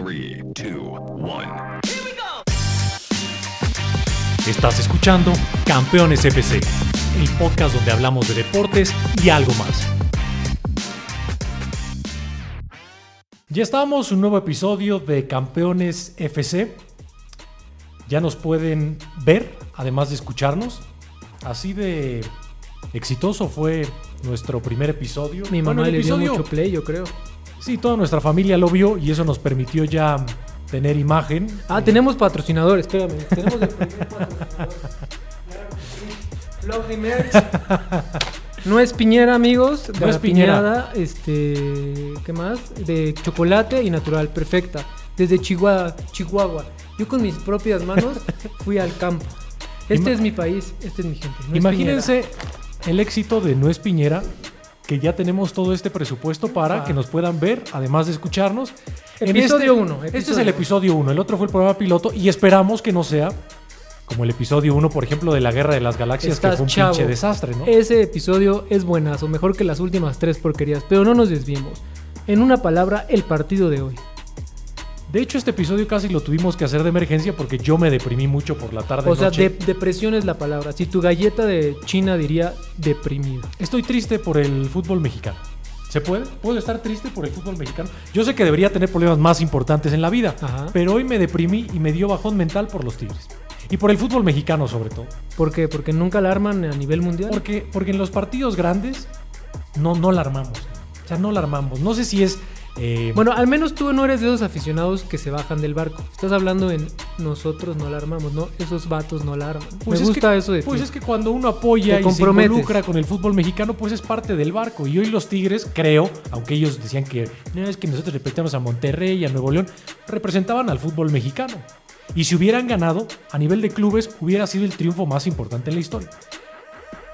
Three, two, one. Estás escuchando Campeones FC, el podcast donde hablamos de deportes y algo más. Ya estamos, un nuevo episodio de Campeones FC. Ya nos pueden ver, además de escucharnos. Así de exitoso fue nuestro primer episodio. Mi mamá Bueno, el le dio episodio- mucho play, yo creo. Sí, toda nuestra familia lo vio y eso nos permitió ya tener imagen. Ah, tenemos patrocinadores, espérame. Tenemos el primer patrocinador. Lovely Merch. No es piñera, amigos. de No es la piñera. piñada, este, ¿qué más? De chocolate y natural, perfecta. Desde Chihuahua, Chihuahua. Yo con mis propias manos fui al campo. Este Ima- es mi país, este es mi gente. no es Imagínense el éxito de No es Piñera, que ya tenemos todo este presupuesto para Ah. que nos puedan ver, además de escucharnos. En este- Episodio uno, Este es episodio el uno. episodio 1, el otro fue el programa piloto y esperamos que no sea como el episodio 1, por ejemplo, de la Guerra de las Galaxias, que Estás fue un chavo. Eh. pinche desastre, ¿no? Ese episodio es buenazo, mejor que las últimas tres porquerías, pero no nos desviemos. En una palabra, el partido de hoy. De hecho, este episodio casi lo tuvimos que hacer de emergencia porque yo me deprimí mucho por la tarde. O sea, noche. de- depresión es la palabra. Si tu galleta de China diría deprimida. Estoy triste por el fútbol mexicano. ¿Se puede? ¿Puedo estar triste por el fútbol mexicano? Yo sé que debería tener problemas más importantes en la vida, Ajá. pero hoy me deprimí y me dio bajón mental por los Tigres. Y por el fútbol mexicano sobre todo. ¿Por qué? Porque nunca la arman a nivel mundial. Porque, porque en los partidos grandes no, no la armamos. O sea, no la armamos. No sé si es... eh, Bueno, al menos tú no eres de esos aficionados que se bajan del barco. Estás hablando en nosotros no la armamos, ¿no? Esos vatos no la arman. Me es gusta que- eso de Pues ti. es que cuando uno apoya Te y se comprometes. involucra con el fútbol mexicano, pues es parte del barco. Y hoy los Tigres, creo, aunque ellos decían que no es que nosotros representamos a Monterrey y a Nuevo León, representaban al fútbol mexicano. Y si hubieran ganado, a nivel de clubes, hubiera sido el triunfo más importante en la historia.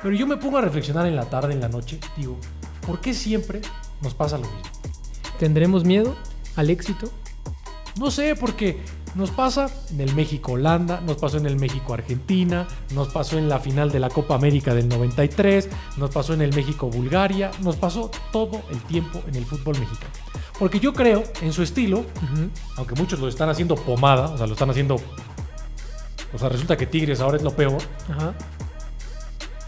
Pero yo me pongo a reflexionar en la tarde, en la noche, digo, ¿por qué siempre nos pasa lo mismo? ¿Tendremos miedo al éxito? No sé, porque nos pasa en el México-Holanda, nos pasó en el México-Argentina, nos pasó en la final de la Copa América del 93, nos pasó en el México-Bulgaria, nos pasó todo el tiempo en el fútbol mexicano. Porque yo creo, en su estilo, Ujú. aunque muchos lo están haciendo pomada, o sea, lo están haciendo... O sea, resulta que Tigres ahora es lo peor. Ajá.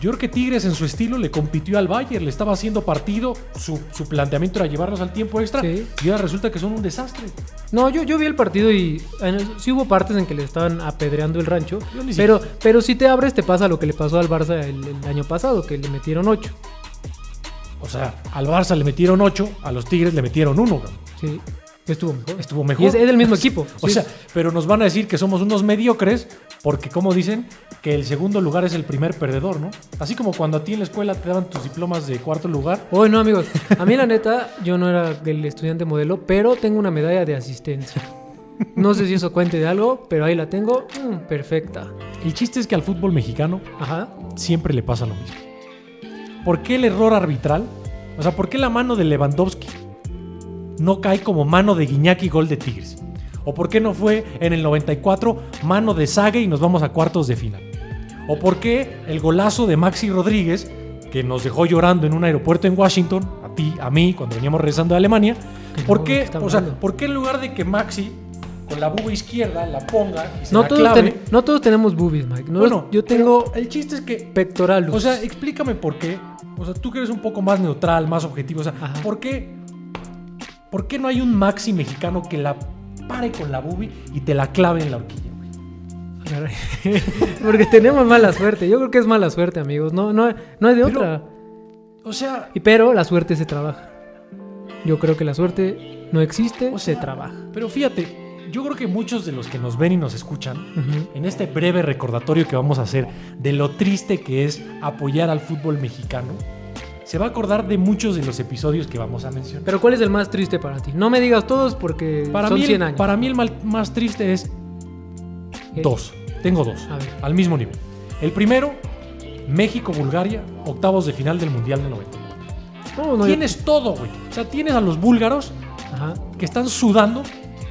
Yo creo que Tigres en su estilo le compitió al Bayern, le estaba haciendo partido, su, su planteamiento era llevarlos al tiempo extra Sí. y ahora resulta que son un desastre. No, yo, yo vi el partido y en- sí hubo partes en que le estaban apedreando el rancho. Yo ni Pero, pero si te abres, te pasa lo que le pasó al Barça el, el año pasado, que le metieron 8. O sea, al Barça le metieron 8, a los Tigres le metieron 1. Sí. Estuvo mejor. Estuvo mejor. Y es, es del mismo equipo. O sí. sea, pero nos van a decir que somos unos mediocres porque, como dicen, que el segundo lugar es el primer perdedor, ¿no? Así como cuando a ti en la escuela te daban tus diplomas de cuarto lugar. Hoy no, amigos. A mí, la neta, yo no era del estudiante modelo, pero tengo una medalla de asistencia. No sé si eso cuente de algo, pero ahí la tengo. Mm, perfecta. El chiste es que al fútbol mexicano Ajá. siempre le pasa lo mismo. ¿Por qué el error arbitral? O sea, ¿por qué la mano de Lewandowski no cae como mano de Guiñaki gol de Tigres? ¿O por qué no fue en el 94 mano de Sague y nos vamos a cuartos de final? ¿O por qué el golazo de Maxi Rodríguez, que nos dejó llorando en un aeropuerto en Washington, a ti, a mí, cuando veníamos regresando de Alemania? Que ¿Por no, qué, está o sea, hablando. ¿por qué en lugar de que Maxi con la buba izquierda la ponga y se No la todos, clave? ten- no todos tenemos boobies, Mike. No, Bueno, yo pero tengo el chiste es que pectoralus. o sea, explícame por qué. O sea, tú que eres un poco más neutral, más objetivo. O sea, Ajá. ¿por qué? ¿Por qué no hay un maxi mexicano que la pare con la bubi y te la clave en la horquilla? güey? Caray. Porque tenemos mala suerte. Yo creo que es mala suerte, amigos. No, no, no hay de Pero- otra. O sea, Y pero la suerte se trabaja. Yo creo que la suerte no existe, O se sea- trabaja. pero fíjate, yo creo que muchos de los que nos ven y nos escuchan, Ujú. en este breve recordatorio que vamos a hacer de lo triste que es apoyar al fútbol mexicano, se va a acordar de muchos de los episodios que vamos a mencionar. Pero ¿cuál es el más triste para ti? No me digas todos porque Para son mí, 100 el, años. para mí el mal- más triste es Eh, Dos. Tengo dos. A ver. Al mismo nivel. El primero, México-Bulgaria, octavos de final del Mundial del 94. No, no, yo- Tienes todo, güey. O sea, tienes a los búlgaros Ajá. que están sudando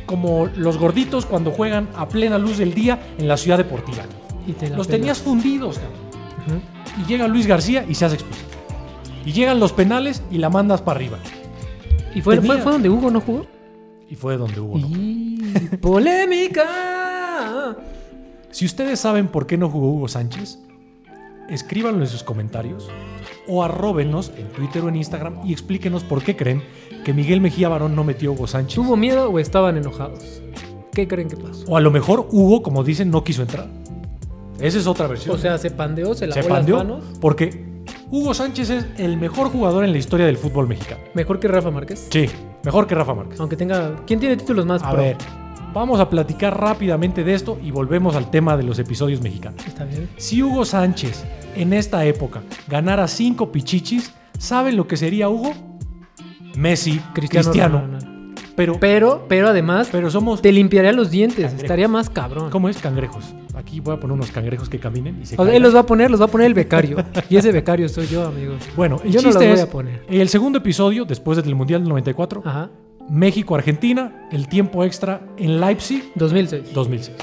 como los gorditos cuando juegan a plena luz del día en la ciudad deportiva. Y te la Los pelas. tenías fundidos, cabrón. Ujú. Y llega Luis García y se hace expulsar. Y llegan los penales y la mandas para arriba. ¿Y fue, Tenía- fue, fue donde Hugo no jugó? Y fue donde hubo. ¿no? Y- ¡Polémica! Si ustedes saben por qué no jugó Hugo Sánchez, escríbanlo en sus comentarios o arróbenos en Twitter o en Instagram y explíquenos por qué creen que Miguel Mejía Barón no metió a Hugo Sánchez. ¿Tuvo miedo o estaban enojados? ¿Qué creen que pasó? O a lo mejor Hugo, como dicen, no quiso entrar. Esa es otra versión. O sea, se pandeó, se lavó se pandeó las manos. porque Hugo Sánchez es el mejor jugador en la historia del fútbol mexicano. Mejor que Rafa Márquez. Sí, mejor que Rafa Márquez. Aunque tenga. ¿Quién tiene títulos más? A pro? ver, vamos a platicar rápidamente de esto y volvemos al tema de los episodios mexicanos. Está bien. Si Hugo Sánchez en esta época ganara cinco pichichis, ¿saben lo que sería Hugo? Messi, Cristiano. Ronaldo. Pero, Pero, pero además, pero somos. te limpiaría los dientes. Cangrejos. Estaría más cabrón. ¿Cómo es? Cangrejos. Aquí voy a poner unos cangrejos que caminen y se O sea, caigan. él los va a poner, los va a poner el becario. y ese becario soy yo, amigos. Bueno, el Yo no chiste los es. voy a poner. El segundo episodio, después del Mundial del 94, Ajá. México-Argentina, el tiempo extra en Leipzig, 2006. 2006.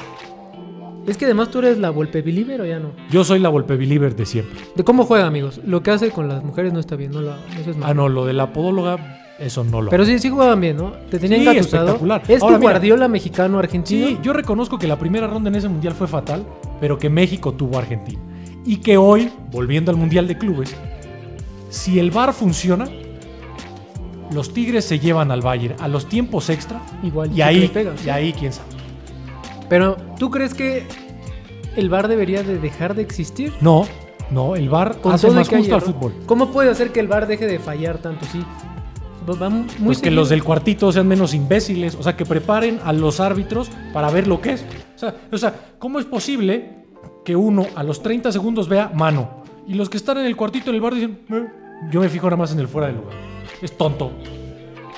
Es que además tú eres la Volpe Believer o ya no. Yo soy la Volpe Believer de siempre. De cómo juega, amigos. Lo que hace con las mujeres no está bien. No la, eso es malo. Ah, no, lo de la podóloga, eso no lo. Pero sí, sí jugaban bien, ¿no? Te tenían Sí, engatusado. espectacular. Es Ahora, tu mira. Guardiola mexicano argentino. Sí, yo reconozco que la primera ronda en ese mundial fue fatal, pero que México tuvo a Argentina. Y que hoy, volviendo al mundial de clubes, si el VAR funciona, los Tigres se llevan al Bayern a los tiempos extra. Igual, Y sí que ahí, le pega, sí. y ahí, quién sabe. Pero, ¿tú crees que el VAR debería de dejar de existir? No, no, el VAR hace todo y Ah, más que hay justo al error. fútbol. ¿Cómo puede hacer que el VAR deje de fallar tanto? Sí. Va- va muy Pues que seguido. los del cuartito sean menos imbéciles, o sea, que preparen a los árbitros para ver lo que es. O sea, o sea, ¿cómo es posible que uno a los 30 segundos vea mano? Y los que están en el cuartito en el bar dicen, "Eh, yo me fijo nada más en el fuera del lugar. Es tonto.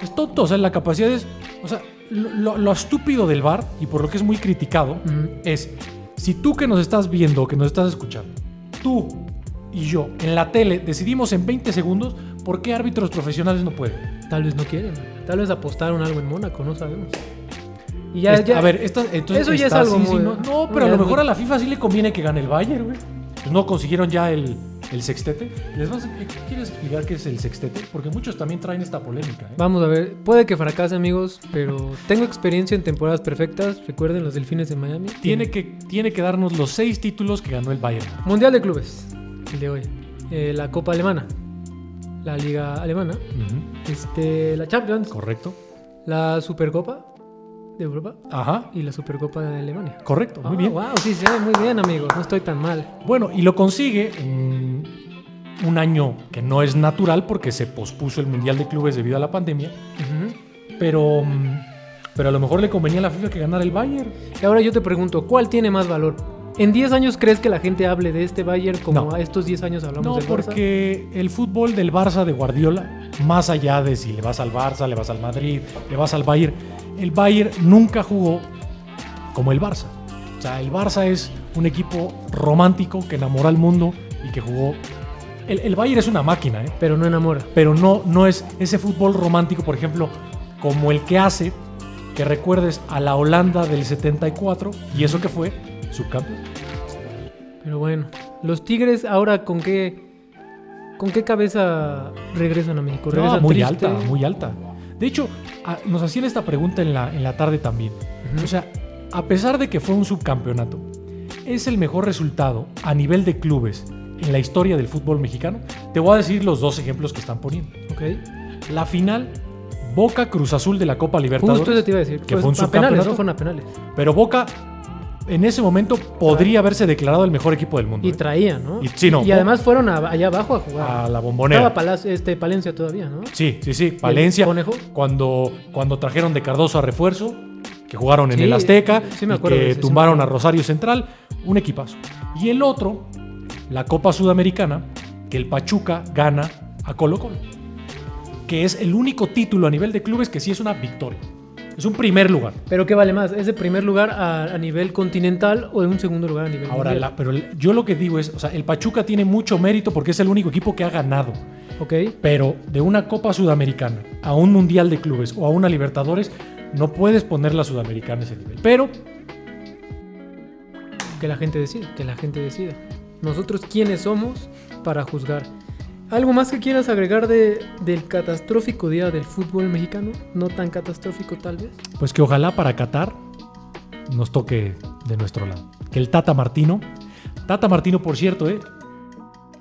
Es tonto, o sea, la capacidad es... O sea, lo, lo- lo estúpido del bar, y por lo que es muy criticado, Ujú. es, si tú que nos estás viendo, que nos estás escuchando, tú y yo en la tele decidimos en 20 segundos por qué árbitros profesionales no pueden. Tal vez no quieren. Tal vez apostaron algo en Mónaco, no sabemos. Y ya, Esta- Este, ya- A ver, esta- entonces eso ya está es algo así, sí, muy- no, no, pero a ya lo es mejor muy- a la FIFA sí le conviene que gane el Bayern, güey. Pues no consiguieron ya el, el sextete. ¿Les vas a- ¿Quieres explicar qué es el sextete? Porque muchos también traen esta polémica. ¿eh? Vamos a ver, puede que fracase amigos, pero tengo experiencia en temporadas perfectas. Recuerden los delfines de Miami. Tiene, que, tiene que darnos los seis títulos que ganó el Bayern. Mundial de Clubes, el de hoy. Eh, la Copa Alemana, la Liga Alemana, Ujú, este, la Champions, Correcto. la Supercopa de Europa Ajá. y la Supercopa de Alemania. Correcto, Pues muy Ah, bien. Wow, sí, se ve muy bien, amigos. No estoy tan mal. Bueno, y lo consigue en un año que no es natural porque se pospuso el Mundial de Clubes debido a la pandemia. Ujú. Pero, mm, pero a lo mejor le convenía a la FIFA que ganara el Bayern. Y ahora yo te pregunto, ¿cuál tiene más valor? ¿En 10 años crees que la gente hable de este Bayern como No. a estos 10 años hablamos No, del Barça? porque el fútbol del Barça de Guardiola, más allá de si le vas al Barça, le vas al Madrid, le vas al Bayern, el Bayern nunca jugó como el Barça. O sea, el Barça es un equipo romántico que enamoró al mundo y que jugó. El, el Bayern es una máquina, ¿eh? Pero no enamora. pero no, no es ese fútbol romántico, por ejemplo, como el que hace que recuerdes a la Holanda del 74 y eso que fue subcampeón. Pero bueno, los Tigres ahora con qué con qué cabeza regresan a México? No, Regresan muy triste? alta, muy alta. De hecho, a- nos hacían esta pregunta en la, en la tarde también. Ujú. O sea, a pesar de que fue un subcampeonato, ¿es el mejor resultado a nivel de clubes en la historia del fútbol mexicano? Te voy a decir los dos ejemplos que están poniendo. Ok. La final, Boca Cruz Azul de la Copa Libertadores. Justo eso te iba a decir. Que fue un a penales, subcampeonato. no fueron a penales. Pero Boca, en ese momento, podría haberse declarado el mejor equipo del mundo. Y ¿eh? traían, ¿no? Y- sí, no. Y además fueron a- allá abajo a jugar. a la Estaba bombonera. Palacio, este, Palencia todavía, ¿no? Sí, sí, sí. Palencia. Conejo? Cuando, cuando trajeron de Cardoso a refuerzo, que jugaron en Sí, el Azteca, sí me acuerdo y que de ese, sí me tumbaron a acuerdo. Rosario Central, un equipazo. Y el otro, la Copa Sudamericana, que el Pachuca gana a Colo Colo, que es el único título a nivel de clubes que sí es una victoria. Es un primer lugar. Pero ¿qué vale más? ¿Es de primer lugar a, a nivel continental o de un segundo lugar a nivel Ahora, mundial? la- pero el- yo lo que digo es, o sea, el Pachuca tiene mucho mérito porque es el único equipo que ha ganado. Ok. Pero de una Copa Sudamericana a un Mundial de Clubes o a una Libertadores, no puedes poner la Sudamericana a ese nivel. Pero Que la gente decida, que la gente decida. Nosotros quiénes somos para juzgar. ¿Algo más que quieras agregar de, del catastrófico día del fútbol mexicano? No tan catastrófico tal vez. Pues que ojalá para Qatar nos toque de nuestro lado. Que el Tata Martino. Tata Martino, por cierto, ¿eh?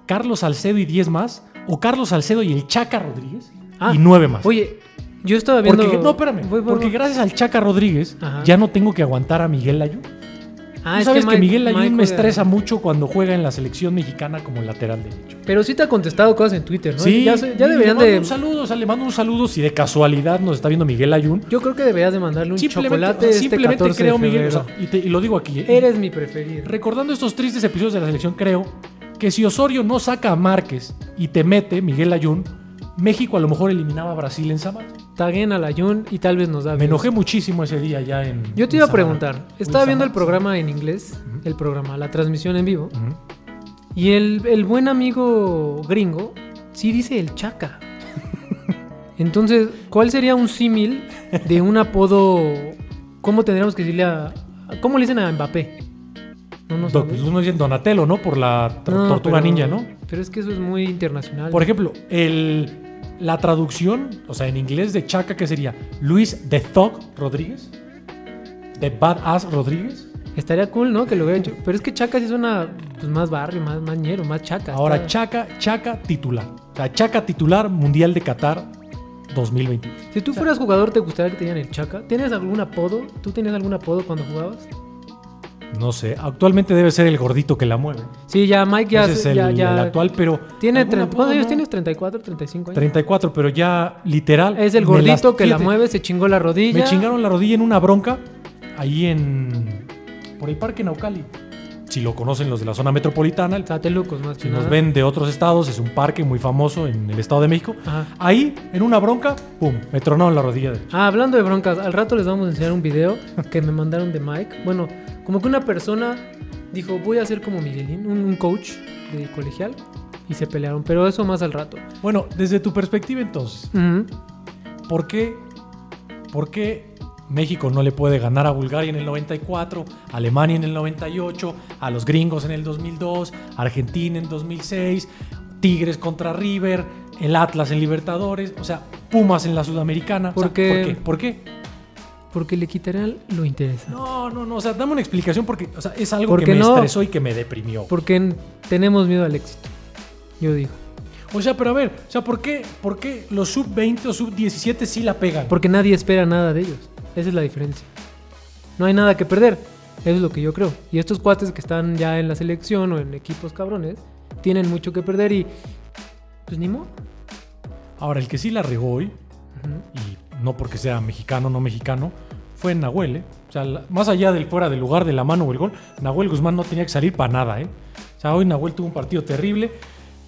Carlos Salcedo y 10 más. O Carlos Salcedo y el Chaca Rodríguez. Ah, y 9 más. Oye, yo estaba viendo. Porque, no, espérame. Voy, voy, porque voy. gracias al Chaca Rodríguez Ajá. ya no tengo que aguantar a Miguel Layún. Ah, Tú es sabes que, Mike- Miguel Layún Michael me era- estresa mucho cuando juega en la selección mexicana como lateral derecho. Pero sí te ha contestado cosas en Twitter, ¿no? Sí, ya, se- ya y deberían le mando de. un saludo, o sea, le mando un saludo si de casualidad nos está viendo Miguel Ayun. Yo creo que deberías de mandarle un chocolate. este simplemente 14 de creo, Miguel, o sea, febrero. y, te- y lo digo aquí, eh, Eres mi preferido. recordando estos tristes episodios de la selección, creo que si Osorio no saca a Márquez y te mete Miguel Ayun, México a lo mejor eliminaba a Brasil en sábado. Taguen a la Jun y tal vez nos da. Me views. enojé muchísimo ese día ya en. Yo te en iba a Samara. preguntar. Estaba en viendo el Samara. programa en inglés, Ujú. el programa, la transmisión en vivo. Ujú. Y el, el buen amigo gringo sí dice el chaca. Entonces, ¿cuál sería un símil de un apodo? ¿Cómo tendríamos que decirle a. ¿Cómo le dicen a Mbappé? No nos Do- pues uno dice Donatello, ¿no? Por la tor- pues, tortuga ninja, ¿no? Pero es que eso es muy internacional. Por ejemplo, el, la traducción, o sea, en inglés de Chaca, ¿qué sería? Luis The Thug Rodríguez. The Badass Rodríguez. Estaría cool, ¿no? Que lo hubiera hecho. Pero es que chaca sí suena pues, más barrio, más mañero, más chaca. Ahora Está- Chaca, Chaca titular. O sea, Chaca titular Mundial de Qatar 2021. Si tú fueras jugador, ¿te gustaría que te dieran el chaca? ¿Tienes algún apodo? ¿Tú tenías algún apodo cuando jugabas? No sé, actualmente debe ser el gordito que la mueve. Sí, ya Mike ya. Ese es el, ya- ya- el actual, pero... Tiene ¿algún 30, apodo, ¿Cuántos años no? tienes? ¿34, 35 años? 34, pero ya literal... Es el me gordito las- que la fíjate, mueve, se chingó la rodilla. Me chingaron la rodilla en una bronca ahí en... Por el parque Naucali. Si lo conocen los de la zona metropolitana, el Satelucos, más que Si nada. nos ven de otros estados, es un parque muy famoso en el Estado de México. Ajá. Ahí, en una bronca, ¡pum! Me tronaron la rodilla derecha. Ah, hablando de broncas, al rato les vamos a enseñar un video que me mandaron de Mike. Bueno, como que una persona dijo, voy a ser como Miguelín, un, un coach de colegial, y se pelearon, pero eso más al rato. Bueno, desde tu perspectiva entonces, Ujú. ¿por qué, por qué México no le puede ganar a Bulgaria en el 94, a Alemania en el 98, a los gringos en el 2002, a Argentina en 2006, Tigres contra River, el Atlas en Libertadores, o sea, Pumas en la Sudamericana? O sea, Porque- ¿Por qué? ¿Por qué? Porque le quitarían lo interesante. No, no, no, o sea, dame una explicación porque o sea, es algo Porque que me no. estresó y que me deprimió. Porque n- tenemos miedo al éxito, yo digo. O sea, pero a ver, o sea, ¿por qué, por qué los sub-20 o sub-17 sí la pegan? Porque nadie espera nada de ellos. Esa es la diferencia. No hay nada que perder. Eso es lo que yo creo. Y estos cuates que están ya en la selección o en equipos cabrones, tienen mucho que perder y... Pues ni modo. Ahora, el que sí la regó hoy, Ujú. y no porque sea mexicano o no mexicano, fue Nahuel, ¿eh? O sea, la- más allá del fuera del lugar de la mano o el gol, Nahuel Guzmán no tenía que salir para nada, ¿eh? O sea, hoy Nahuel tuvo un partido terrible,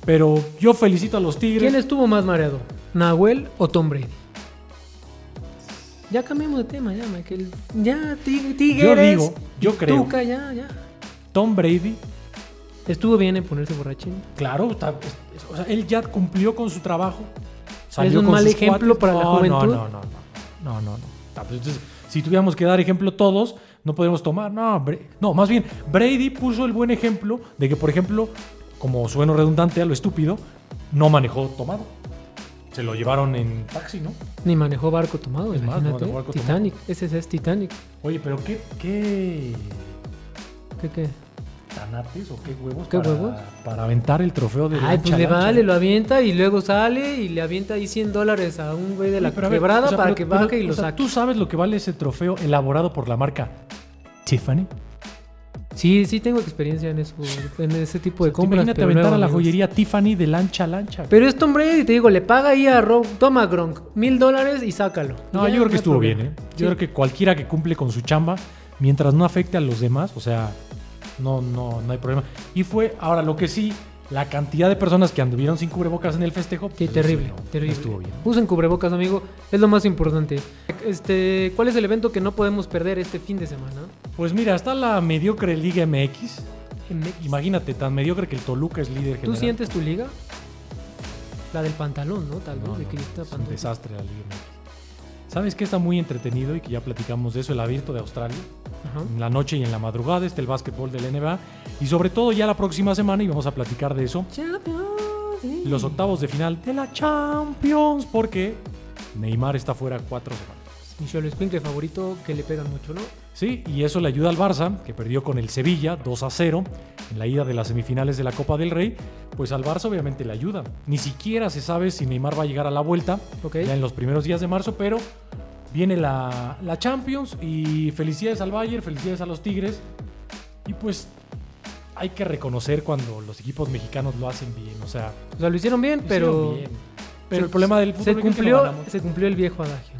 pero yo felicito a los Tigres. ¿Quién estuvo más mareado? ¿Nahuel o Tom Brady? Ya cambiamos de tema, ya, Michael. Ya, Tig- Tigres. Yo digo, yo creo. Tuca, ya, ya. Tom Brady, Estuvo bien en ponerse borrachín. claro, está- es- o sea, él ya cumplió con su trabajo. un con mal sus ejemplo para la juventud. No, no, no, no, no, no, no. Ah, pues, entonces, si tuviéramos que dar ejemplo todos, no podemos tomar. No, Bra- no, más bien, Brady puso el buen ejemplo de que, por ejemplo, como sueno redundante a lo estúpido, no manejó tomado. Se lo llevaron en taxi, ¿no? Ni manejó barco tomado, Es más, no imagínate. manejó barco Titanic. Ese es Titanic. Oye, pero qué, qué ¿Qué, qué? tanates o qué huevos, ¿Qué para, huevos? para aventar el trofeo de Ay, lancha pues le a lancha. vale, lo avienta y luego sale y le avienta ahí 100 dólares a un güey de la Oye, pero a ver, quebrada o sea, para pero- que pero, baje y o lo sea, saque. ¿Tú sabes lo que vale ese trofeo elaborado por la marca Tiffany? Sí, sí tengo experiencia en eso, en ese tipo de compras. Imagínate Pues pero aventar luego, a la amigos. joyería Tiffany de lancha a lancha. Pero es Tom Brady, te digo, le paga ahí a Rob, toma Gronk, mil dólares y sácalo. no, Ya, yo creo que hay estuvo problema. bien, ¿eh? Yo Sí. creo que cualquiera que cumple con su chamba, mientras no afecte a los demás, o sea, no, no, no hay problema. Y fue, ahora lo que sí, la cantidad de personas que anduvieron sin cubrebocas en el festejo. Sí, pues, terrible, no, no terrible. Estuvo bien. Usen cubrebocas, amigo, es lo más importante. Este, ¿cuál es el evento que no podemos perder este fin de semana? Pues mira, está la mediocre Liga MX. En Mex- Imagínate, tan mediocre que el Toluca es líder ¿Tú general. sientes tu liga? La del pantalón, ¿no? Tal vez, No, de no, que está es un pantalón. desastre la Liga MX. ¿Sabes qué está muy entretenido y que ya platicamos de eso? El abierto de Australia. Ajá. En la noche y en la madrugada está el básquetbol del NBA. Y sobre todo ya la próxima semana, y vamos a platicar de eso, Champions League. los octavos de final de la Champions. Porque Neymar está fuera cuatro semanas. Michel Escuincle favorito que le pegan mucho, ¿no? Sí, y eso le ayuda al Barça, que perdió con el Sevilla 2 a 0 en la ida de las semifinales de la Copa del Rey. Pues al Barça obviamente le ayuda. Ni siquiera se sabe si Neymar va a llegar a la vuelta Ok. ya en los primeros días de marzo, pero viene la, la Champions y felicidades al Bayern, felicidades a los Tigres. Y pues hay que reconocer cuando los equipos mexicanos lo hacen bien. O sea, O sea, lo hicieron bien, lo pero. hicieron bien. pero se- el problema del fútbol se es que no cumplió, ganamos. se cumplió el viejo adagio.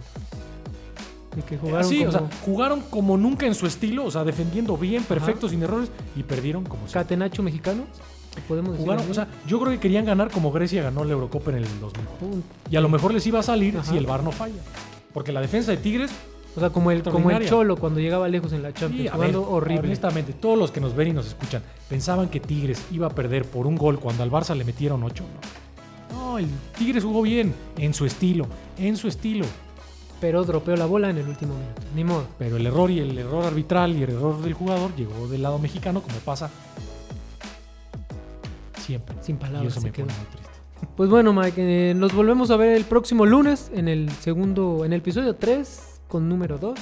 De que jugaron. Sí, o sea, como jugaron como nunca en su estilo, o sea, defendiendo bien, perfecto, sin errores, y perdieron como siempre. Catenacho mexicano. Podemos decir. Jugaron, así? o sea, yo creo que querían ganar como Grecia ganó la Eurocopa en el 2000. Pum. Y a lo mejor les iba a salir Ajá. si el VAR no falla. Porque la defensa de Tigres, O sea, como el, como el Extraordinaria. Cholo cuando llegaba lejos en la Champions, sí, a ver, jugando horrible. honestamente, todos los que nos ven y nos escuchan pensaban que Tigres iba a perder por un gol cuando al Barça le metieron 8. No, No, el Tigres jugó bien, en su estilo, en su estilo. Pero dropeó la bola en el último minuto. Ni modo. Pero el error y el error arbitral y el error del jugador llegó del lado mexicano, como pasa siempre. Sin palabras Y eso se me quedó. pone muy triste. Pues bueno, Mike, eh, nos volvemos a ver el próximo lunes en el segundo, en el episodio 3 con número 2.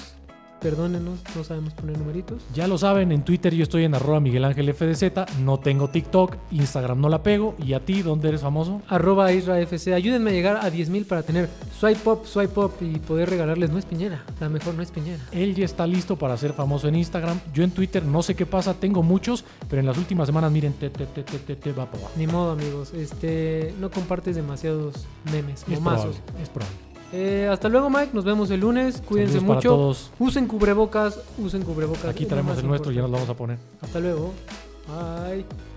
Perdónenos, no sabemos poner numeritos. Ya lo saben, en Twitter yo estoy en arroba Miguel Ángel FDZ, no tengo TikTok, Instagram no la pego. ¿Y a ti dónde eres famoso? Arroba IsraFC. Ayúdenme a llegar a 10.000 para tener swipe up, swipe up y poder regalarles nuez piñera. La mejor nuez piñera. Él ya está listo para ser famoso en Instagram. Yo en Twitter no sé qué pasa, tengo muchos, pero en las últimas semanas miren, te, te, te, te, te, te, va para abajo. Ni modo, amigos. Este, no compartes demasiados memes, Es momazos. probable, es probable. Eh, hasta luego, Mike. Nos vemos el lunes. Cuídense Saludos para mucho. todos. Usen cubrebocas, usen cubrebocas. Aquí Es lo traemos más el nuestro, ya nos lo importante. vamos a poner. Hasta luego. Bye.